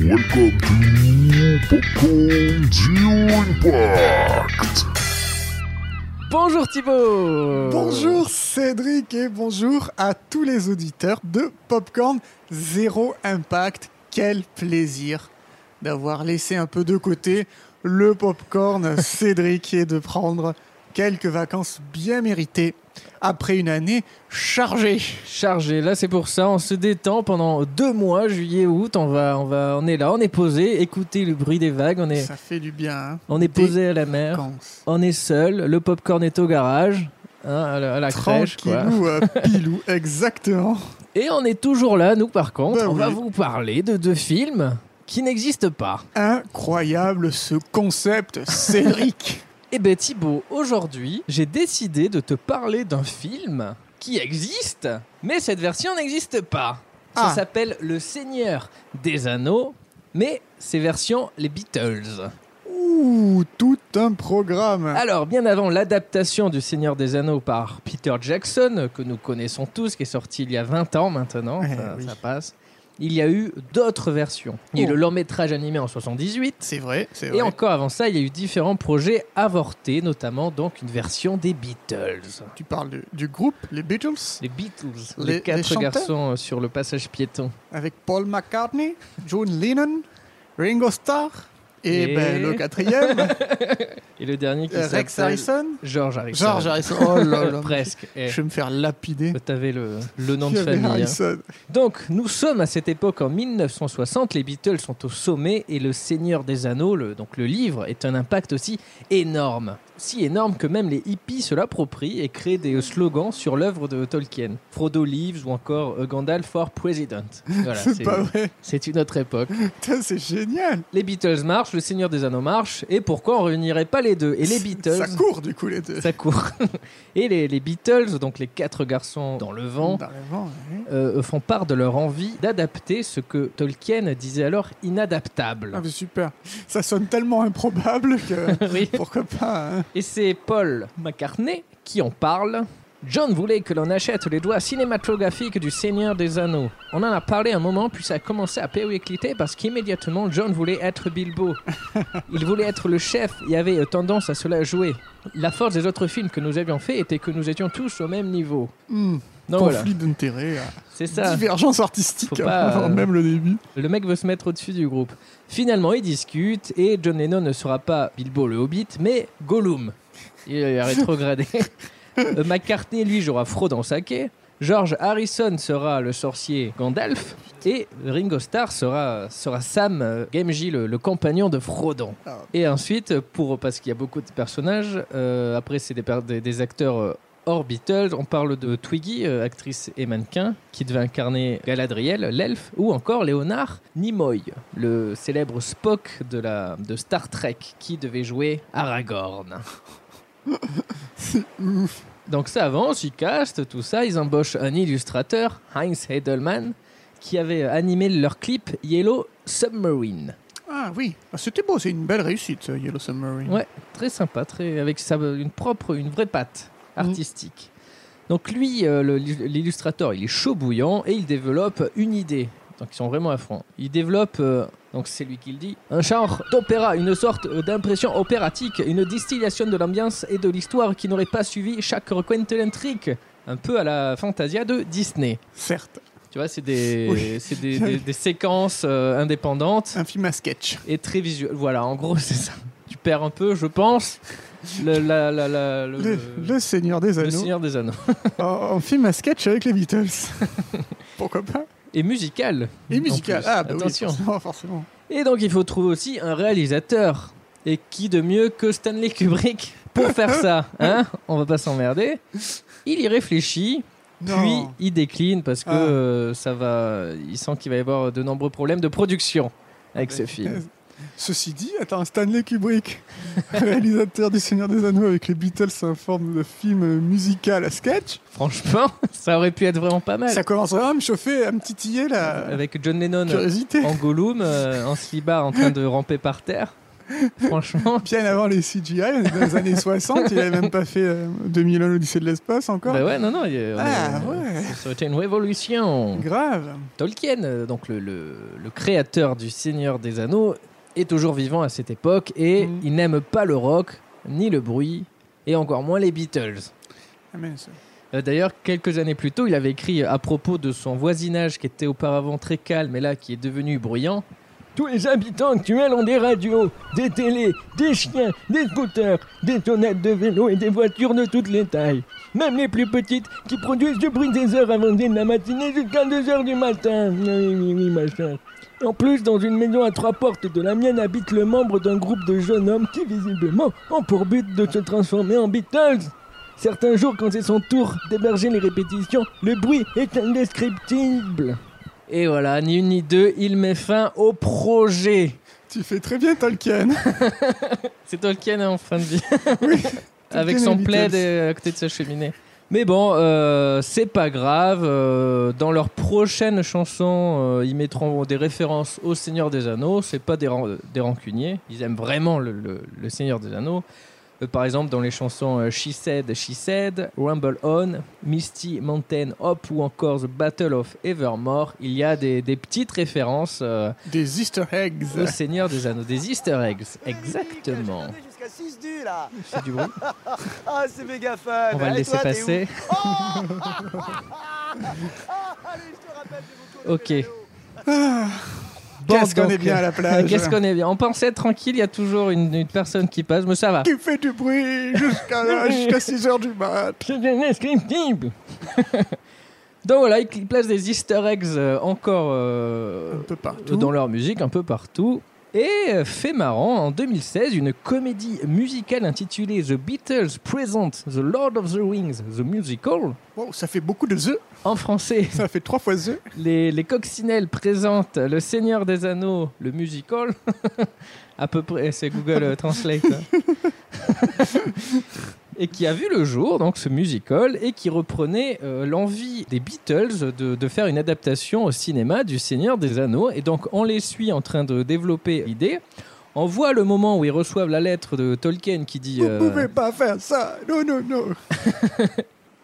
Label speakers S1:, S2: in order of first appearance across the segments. S1: Welcome to Popcorn Zero Impact.
S2: Bonjour Thibaut
S3: Bonjour Cédric et bonjour à tous les auditeurs de Popcorn Zéro Impact. Quel plaisir d'avoir laissé un peu de côté le popcorn Cédric et de prendre quelques vacances bien méritées après une année chargée.
S2: Chargé, là c'est pour ça, on se détend pendant deux mois, juillet, août, on va, on va, on est là, on est posé, écoutez le bruit des vagues, on est,
S3: Ça fait du bien. hein.
S2: on est
S3: Des
S2: posé à la mer,
S3: vacances.
S2: on est seul, le popcorn est au garage, hein, à la, à la crèche quoi.
S3: Tranquillou, euh, pilou, exactement.
S2: Et on est toujours là, nous par contre,
S3: Bah
S2: on va
S3: oui.
S2: vous parler de deux films qui n'existent pas.
S3: Incroyable ce concept, Cédric.
S2: Eh ben Thibaut, aujourd'hui, j'ai décidé de te parler d'un film qui existe, mais cette version n'existe pas. Ça
S3: Ah.
S2: s'appelle Le Seigneur des Anneaux, mais c'est version les Beatles.
S3: Ouh, tout un programme.
S2: Alors, bien avant l'adaptation du Seigneur des Anneaux par Peter Jackson, que nous connaissons tous, qui est sorti il y a 20 ans maintenant,
S3: Eh
S2: ça,
S3: oui.
S2: ça passe, il y a eu d'autres versions. Il y a eu
S3: Oh. Eh
S2: le long métrage animé en 78,
S3: C'est vrai, c'est vrai.
S2: Et encore avant ça, il y a eu différents projets avortés, notamment donc une version des Beatles.
S3: Tu parles du, du groupe, les Beatles,
S2: Les Beatles, les,
S3: Les- les
S2: quatre
S3: chanteurs
S2: garçons euh, sur le passage piéton.
S3: avec Paul McCartney, John Lennon, Ringo Starr, et,
S2: Et-
S3: ben, le quatrième,
S2: Et le dernier qui
S3: euh, Rex
S2: s'appelle
S3: Harrison.
S2: George Harrison.
S3: George Harrison. Oh là là.
S2: Presque. Eh,
S3: Je vais me faire lapider.
S2: T'avais le, le nom de
S3: J'avais
S2: famille. hein.
S3: Harrison.
S2: Donc, nous sommes à cette époque en 1960. Les Beatles sont au sommet et Le Seigneur des Anneaux, le- donc le livre, est un impact aussi énorme. Si énorme que même les hippies se l'approprient et créent des slogans sur l'œuvre de Tolkien. Frodo Leaves ou encore euh, Gandalf for President. Voilà,
S3: c'est pas vrai.
S2: c'est une autre époque.
S3: Putain, c'est génial.
S2: Les Beatles marchent, Le Seigneur des Anneaux marche, et pourquoi on réunirait pas les deux Et les Beatles
S3: Ça court du coup les deux.
S2: ça court. Et les, les Beatles, donc les quatre garçons dans le vent,
S3: Dans le vent, ouais.
S2: euh, font part de leur envie d'adapter ce que Tolkien disait alors inadaptable.
S3: Ah, mais super. Ça sonne tellement improbable que
S2: Oui.
S3: pourquoi pas. hein.
S2: Et c'est Paul McCartney qui en parle. John voulait que l'on achète les droits cinématographiques du Seigneur des Anneaux. On en a parlé un moment, puis ça a commencé à péricliter parce qu'immédiatement John voulait être Bilbo. Il voulait être le chef et avait euh, tendance à cela jouer. La force des autres films que nous avions faits était que nous étions tous au même niveau.
S3: Hmm,
S2: Non,
S3: Conflit
S2: voilà.
S3: d'intérêt,
S2: C'est ça.
S3: divergence artistique hein,
S2: Faut pas,
S3: avant
S2: euh,
S3: même le début.
S2: Le mec veut se mettre au-dessus du groupe. Finalement, ils discutent et John Lennon ne sera pas Bilbo le Hobbit, mais Gollum. Il a rétrogradé. Euh, McCartney, lui, jouera Frodo en saké. George Harrison sera le sorcier Gandalf. Et Ringo Starr sera, sera Sam euh, Gamgee, le, le compagnon de Frodon.
S3: Ah.
S2: Et ensuite, pour, parce qu'il y a beaucoup de personnages, euh, après, c'est des, per- des- des acteurs euh, hors Beatles. On parle de Twiggy, euh, actrice et mannequin, qui devait incarner Galadriel, l'elfe, ou encore Léonard Nimoy, le célèbre Spock de, la, de Star Trek, qui devait jouer Aragorn.
S3: Ouf.
S2: Donc ça avance, ils castent, tout ça, ils embauchent un illustrateur, Heinz Heidelmann, qui avait animé leur clip Yellow Submarine.
S3: Ah oui, Ah, c'était beau, c'est une belle réussite, euh, Yellow Submarine.
S2: Ouais, très sympa, très, avec sa, une propre, une vraie patte artistique. Donc lui, euh, le- l'illustrateur, il est chaud bouillant et il développe une idée. Donc ils sont vraiment à fond. Il développe, euh, donc c'est lui qui le dit, un genre d'opéra, une sorte euh, d'impression opératique, une distillation de l'ambiance et de l'histoire qui n'aurait pas suivi chaque recoin de l'intrigue, un peu à la Fantasia de Disney.
S3: Certes,
S2: Tu vois, c'est des,
S3: Oui.
S2: c'est des, des- des séquences euh, indépendantes
S3: un film à sketch.
S2: et très visuel. Voilà, en gros, c'est ça. Tu perds un peu, je pense, le, la- la- la- le-
S3: Le, le Seigneur des
S2: le
S3: Anneaux.
S2: Seigneur des Anneaux.
S3: En, en film à sketch avec les Beatles. Pourquoi pas
S2: Et musical.
S3: Et
S2: en
S3: musical.
S2: plus.
S3: Ah, bah oui,
S2: Attention.
S3: forcément, forcément.
S2: Et donc, il faut trouver aussi un réalisateur. Et qui de mieux que Stanley Kubrick pour faire ça hein On va pas s'emmerder. Il y réfléchit, puis
S3: Non.
S2: il décline parce que
S3: Ah.
S2: euh, ça va. Il sent qu'il va y avoir de nombreux problèmes de production avec ce
S3: Mais-
S2: film.
S3: Ceci dit, attends, Stanley Kubrick, réalisateur du Seigneur des Anneaux avec les Beatles en forme de film musical à sketch.
S2: Franchement, ça aurait pu être vraiment pas mal.
S3: Ça euh, commence vraiment à me chauffer, à me titiller la
S2: Avec John Lennon
S3: curiosité.
S2: euh, en Gollum, euh, en slibard en train de ramper par terre. Franchement,
S3: Bien avant les CGI, on est dans les années 60, il avait même pas fait euh, 2001 l'Odyssée de l'espace encore.
S2: bah ouais, non, non, il y a- on
S3: Ah,
S2: est-
S3: ouais.
S2: ça a été une révolution.
S3: Grave.
S2: Tolkien, euh, donc le, le- le créateur du Seigneur des Anneaux, est toujours vivant à cette époque et
S3: Mhm.
S2: il n'aime pas le rock, ni le bruit, et encore moins les Beatles.
S3: Ah, mais ça-
S2: Euh, D'ailleurs, quelques années plus tôt, il avait écrit euh, à propos de son voisinage qui était auparavant très calme et là qui est devenu bruyant. Tous les habitants actuels ont des radios, des télés, des chiens, des scooters, des tonnettes de vélo et des voitures de toutes les tailles. Même les plus petites qui produisent du bruit des heures avant dîner de la matinée jusqu'à 2 heures du matin. Oui, oui, oui, machin. En plus, dans une maison à trois portes de la mienne habite le membre d'un groupe de jeunes hommes qui, visiblement, ont pour but de se transformer en Beatles. Certains jours, quand c'est son tour d'héberger les répétitions, le bruit est indescriptible. Et voilà, ni une ni deux, il met fin au projet.
S3: Tu fais très bien Tolkien.
S2: C'est Tolkien hein, en fin de vie,
S3: Oui.
S2: avec
S3: Tolkien
S2: son
S3: et les
S2: plaid
S3: Beatles.
S2: euh, à côté de sa cheminée. Mais bon, euh, c'est pas grave. euh, dans leur prochaine chanson, euh, ils mettront des références au Seigneur des Anneaux. C'est pas des, ran- des rancuniers. Ils aiment vraiment le, le- le Seigneur des Anneaux. Euh, par exemple, dans les chansons euh, She Said, She Said, Rumble On, Misty Mountain Hop ou encore The Battle of Evermore, il y a des, des petites références euh,
S3: Des Easter eggs.
S2: au Seigneur des Anneaux, des Easter eggs. Exactement.
S4: J'ai regardé jusqu'à 6 du là.
S2: C'est du bruit.
S4: Ah, c'est méga fun.
S2: On va le
S4: Et
S2: laisser
S4: toi, t'es
S2: passer.
S4: où Oh Ah, Allez, je te rappelle j'ai beaucoup de
S2: Ok.
S4: vélo.
S2: Bon,
S3: Qu'est-ce qu'on
S2: donc, euh,
S3: est bien à la plage.
S2: Qu'est-ce qu'on est bien On pensait tranquille, il y a toujours une, une personne qui passe, mais ça va.
S3: Qui fait du bruit jusqu'à 6h du mat.
S2: C'est indescriptible Donc voilà, ils placent des easter eggs euh, encore euh,
S3: Un peu partout.
S2: dans leur musique, un peu partout. Et euh, fait marrant, en 2016, une comédie musicale intitulée The Beatles Present The Lord of the Rings, The Musical,
S3: Wow, ça fait beaucoup de œufs.
S2: en français.
S3: Ça fait trois fois œufs.
S2: Les, les coccinelles présentent Le Seigneur des Anneaux, le musical. à peu près, c'est Google euh, Translate. hein. et qui a vu le jour, donc ce musical, et qui reprenait euh, l'envie des Beatles de, de faire une adaptation au cinéma du Seigneur des Anneaux. Et donc on les suit en train de développer l'idée. On voit le moment où ils reçoivent la lettre de Tolkien qui dit...
S3: Vous
S2: euh,
S3: pouvez pas faire ça. Non, non, non.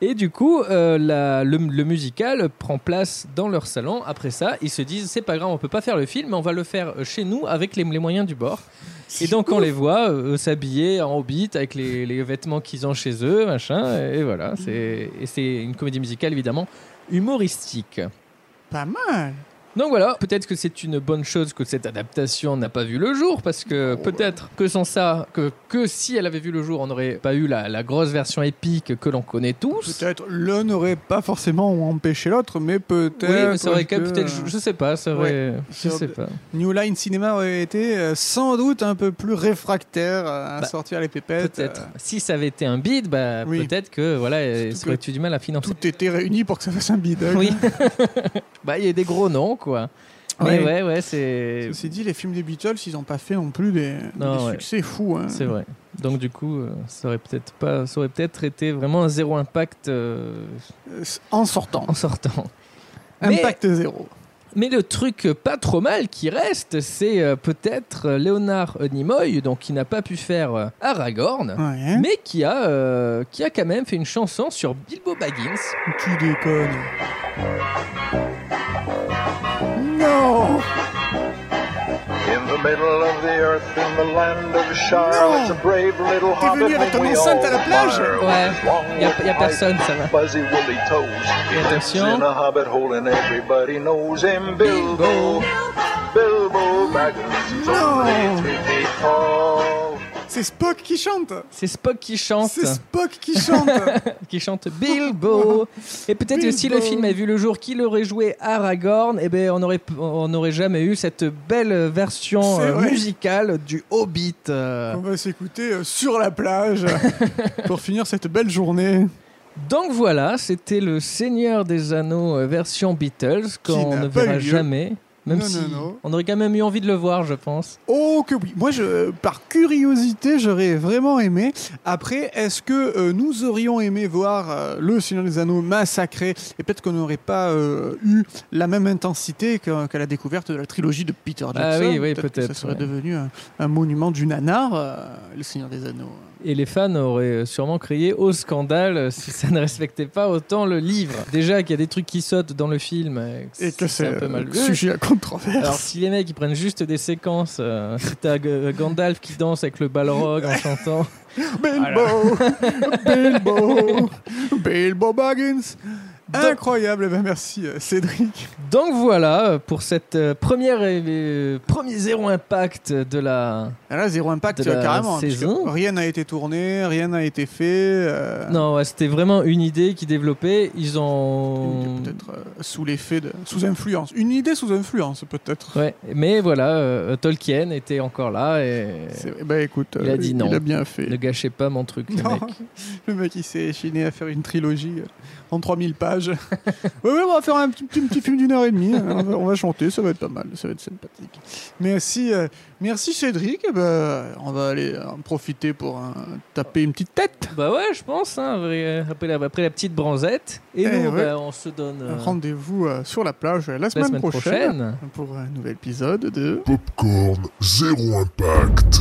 S2: et du coup, euh, la- le, le musical prend place dans leur salon. Après ça, ils se disent c'est pas grave, on peut pas faire le film, mais on va le faire euh, chez nous avec les, les moyens du bord. Et donc on les voit euh, s'habiller en hobbit avec les, les vêtements qu'ils ont chez eux, machin. Et voilà, c'est et c'est une comédie musicale évidemment humoristique.
S3: Pas mal.
S2: Donc voilà, peut-être que c'est une bonne chose que cette adaptation n'a pas vu le jour, parce que peut-être que sans ça, que, que si elle avait vu le jour, on n'aurait pas eu la, la grosse version épique que l'on connaît tous.
S3: Peut-être l'un n'aurait pas forcément empêché l'autre, mais peut-être.
S2: Oui, mais ça aurait
S3: que-
S2: quand même peut-être, je, je sais pas, ça aurait, je
S3: Ça
S2: sais
S3: aurait-
S2: pas.
S3: New Line Cinéma aurait été euh, sans doute un peu plus réfractaire à
S2: Bah,
S3: sortir les pépettes.
S2: Peut-être.
S3: Euh,
S2: Si ça avait été un bid, bah,
S3: Oui.
S2: peut-être que voilà, euh,
S3: Surtout
S2: ça aurait eu du mal à financer.
S3: Tout était réuni pour que ça fasse un bide.
S2: Oui. bah, il y a des gros noms, quoi. Mais
S3: Ouais.
S2: ouais, ouais, c'est,
S3: Ceci dit, les films des Beatles, ils n'ont pas fait non plus des,
S2: Non,
S3: des
S2: ouais.
S3: succès fous. hein.
S2: c'est vrai. Donc du coup, euh, ça aurait peut-être pas, ça aurait peut-être été vraiment un zéro impact euh,
S3: Euh, En sortant.
S2: en sortant. Mais-
S3: Impact zéro.
S2: Mais le truc pas trop mal qui reste, c'est euh, peut-être euh, Léonard Nimoy, donc qui n'a pas pu faire euh, Aragorn,
S3: Ouais. hein.
S2: mais qui a, euh, qui a quand même fait une chanson sur Bilbo Baggins.
S3: Tu déconnes. Non
S5: In the middle of the earth, in the land of Shire,
S3: Non.
S5: it's a brave little
S3: Oh. T'es
S5: hobbit
S3: venu avec
S5: whom
S3: ton
S5: we
S3: enceinte
S5: all
S3: à la plage.
S5: admire.
S2: Ouais.
S5: Long
S2: Y a-
S5: with
S2: y a personne, ça va.
S5: Fuzzy woolly toes. He lives
S2: Attention.
S5: in a hobbit hole and everybody knows him. Bilbo, Bilbo Baggins, he's
S3: Non.
S5: only three feet tall.
S3: C'est Spock qui chante
S2: C'est Spock qui chante,
S3: C'est Spock qui chante
S2: qui chante Bilbo. Et peut-être que si le
S3: Bilbo.
S2: film avait vu le jour, qu'il aurait joué Aragorn, eh ben on n'aurait on n'aurait jamais eu cette belle version
S3: C'est
S2: euh,
S3: vrai.
S2: musicale du Hobbit. euh.
S3: On va s'écouter euh, sur la plage pour finir cette belle journée.
S2: Donc voilà, c'était le Seigneur des Anneaux euh, version Beatles qu'on
S3: n'a
S2: ne
S3: pas
S2: verra
S3: eu lieu.
S2: jamais. Même
S3: Non,
S2: si
S3: non, non.
S2: on aurait quand même eu envie de le voir, je pense.
S3: Oh que oui. Moi, je, par curiosité, j'aurais vraiment aimé. Après, est-ce que euh, nous aurions aimé voir euh, le Seigneur des Anneaux massacré et peut-être qu'on n'aurait pas euh, eu la même intensité qu'à qu'à la découverte de la trilogie de Peter Jackson
S2: oui, oui,
S3: que Ça
S2: peut-être,
S3: serait
S2: ouais.
S3: devenu un, un monument du nanar, euh, le Seigneur des Anneaux.
S2: Et les fans auraient sûrement crié au scandale euh, si ça ne respectait pas autant le livre. Déjà qu'il y a des trucs qui sautent dans le film euh,
S3: Et que c'est
S2: un peu mal
S3: euh,
S2: vu.
S3: sujet à controverse.
S2: Alors si les mecs ils prennent juste des séquences, euh, si t'as G- Gandalf qui danse avec le balrog en chantant,
S3: Bilbo, Bilbo, Bilbo Baggins. Incroyable, Eh ben merci euh, Cédric.
S2: Donc voilà pour cette euh, première euh, premier zéro impact de la.
S3: Ah Là, zéro impact
S2: De la
S3: euh, carrément. parce
S2: saison.
S3: que Rien n'a été tourné, rien n'a été fait. euh,
S2: Non, ouais, c'était vraiment une idée qui développait. Ils ont.
S3: Peut-être euh, sous l'effet de. sous influence. Une idée sous influence, peut-être.
S2: Ouais, mais voilà, euh, Tolkien était encore là et
S3: C'est- Bah écoute,
S2: Il a
S3: euh,
S2: dit non.
S3: Il a bien fait.
S2: ne gâchez pas mon truc, les
S3: Non.
S2: mecs.
S3: Le mec, il s'est chiné à faire une trilogie euh, en 3000 pages. ouais, ouais, on va faire un petit, petit, petit film d'une heure et demie. hein, On va, on va chanter, ça va être pas mal, ça va être sympathique. Merci, euh, merci Cédric. eh ben, on va aller en profiter pour euh, taper une petite tête.
S2: Bah ouais, je pense. hein, après, après la, après la petite bronzette. Et
S3: Eh
S2: nous,
S3: ouais.
S2: bah, on se donne euh,
S3: Rendez-vous euh, sur la plage euh, la
S2: la
S3: semaine,
S2: semaine
S3: prochaine
S2: prochaine.
S3: pour un nouvel épisode de.
S1: Popcorn Zéro Impact.